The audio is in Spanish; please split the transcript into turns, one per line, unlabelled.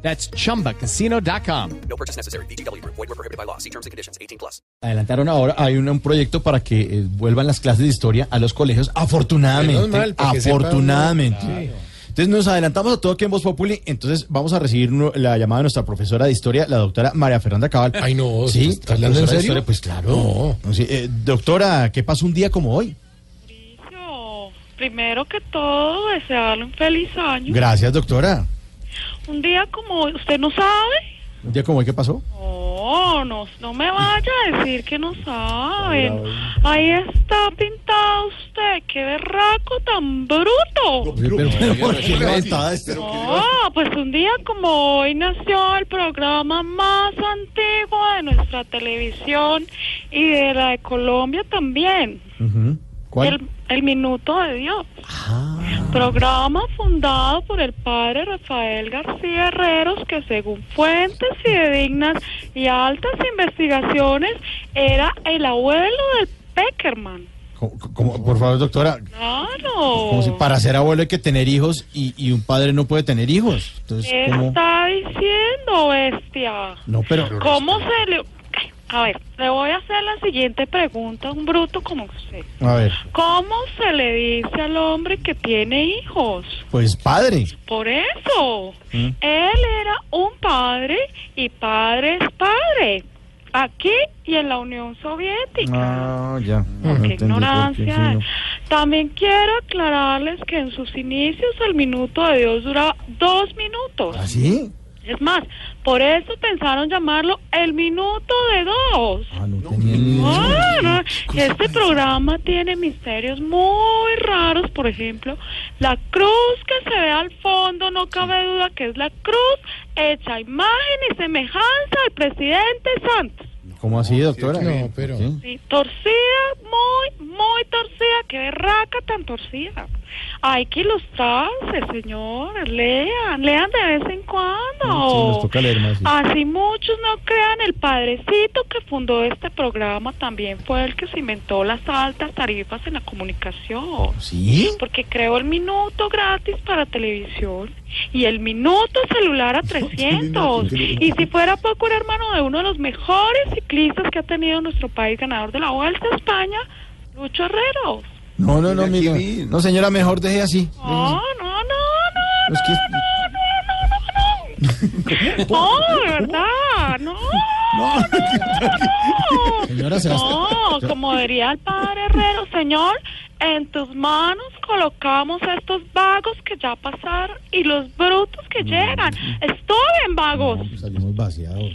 That's chumbacasino.com.
No purchase necessary. BGW. Void were prohibited by law. See terms and conditions. 18 plus.
Adelantaron ahora, hay un, un proyecto para que eh, vuelvan las clases de historia a los colegios, afortunadamente.
Menos mal, para que
afortunadamente.
sepan, claro.
Entonces nos adelantamos a todo aquí en Voz Populi, entonces vamos a recibir nu- la llamada de nuestra profesora de historia, la doctora María Fernanda Cabal.
Ay, no,
¿Sí?
¿estás hablando
profesora
en
de
serio?
historia, pues claro. No, sí, eh, doctora, ¿qué pasó un día como hoy?
Mauricio, primero que todo, desearle un feliz año.
Gracias, doctora.
Un día como hoy, usted no sabe.
¿Un día como hoy qué pasó?
No, no, no me vaya a decir que no sabe. Ahí está pintado usted. Qué berraco tan bruto.
Pero, pero, ¿por qué levantada? Pero,
No, pues un día como hoy nació el programa más antiguo de nuestra televisión y de la de Colombia también.
Ujú. ¿Cuál? Ah.
El, el Minuto de Dios. Programa fundado por el padre Rafael García Herreros que según fuentes fidedignas y altas investigaciones era el abuelo del Peckerman.
¿Cómo- cómo- por favor, doctora, Como si
Claro.
para ser abuelo hay que tener hijos y, y un padre no puede tener hijos. Entonces,
¿Qué
¿cómo?
está diciendo, bestia?
No, pero.
¿Cómo se le... Ay, A ver, le voy a hacer la siguiente pregunta a un bruto como usted.
A ver,
¿Cómo se le dice al hombre que tiene hijos?
pues padre.
Por eso,
¿Mm?
él era un padre y padre es padre, aquí y en la Unión Soviética.
Ah, ya.
Qué
pues,
ignorancia. También quiero aclararles que en sus inicios el minuto de Dios duraba dos minutos.
¿Ah, sí?
Es más, por eso pensaron llamarlo el minuto de dos.
Ah, no, tenía ni-
Ah, no. Y este programa tiene misterios muy raros, por ejemplo, la cruz que se ve al fondo, no cabe duda que es la cruz hecha imagen y semejanza al presidente Santos.
¿Cómo así, doctora?
No, pero-
¿Sí?
Sí, torcida, muy, muy torcida, qué berraca tan torcida. Hay que ilustrarse, señores, lean, lean de vez en cuando.
Sí, nos toca leer más, sí.
Así muchos no crean, el padrecito que fundó este programa también fue el que se inventó las altas tarifas en la comunicación.
¿Sí?
Porque creó el minuto gratis para televisión y el minuto celular a 300. Y si fuera poco, era hermano de uno de los mejores ciclistas que ha tenido nuestro país, ganador de la Vuelta a España, Lucho Herreros.
No, no, no, mira. No, señora, mejor deje así.
No, no, no, no,
Es que-
no, no, de verdad, no. no.
Señora, se va a estar-
No, como diría el padre Herrero, señor, en tus manos colocamos a estos vagos que ya pasaron y los brutos que llegan. Estuvo bien, vagos.
Salimos vaciados.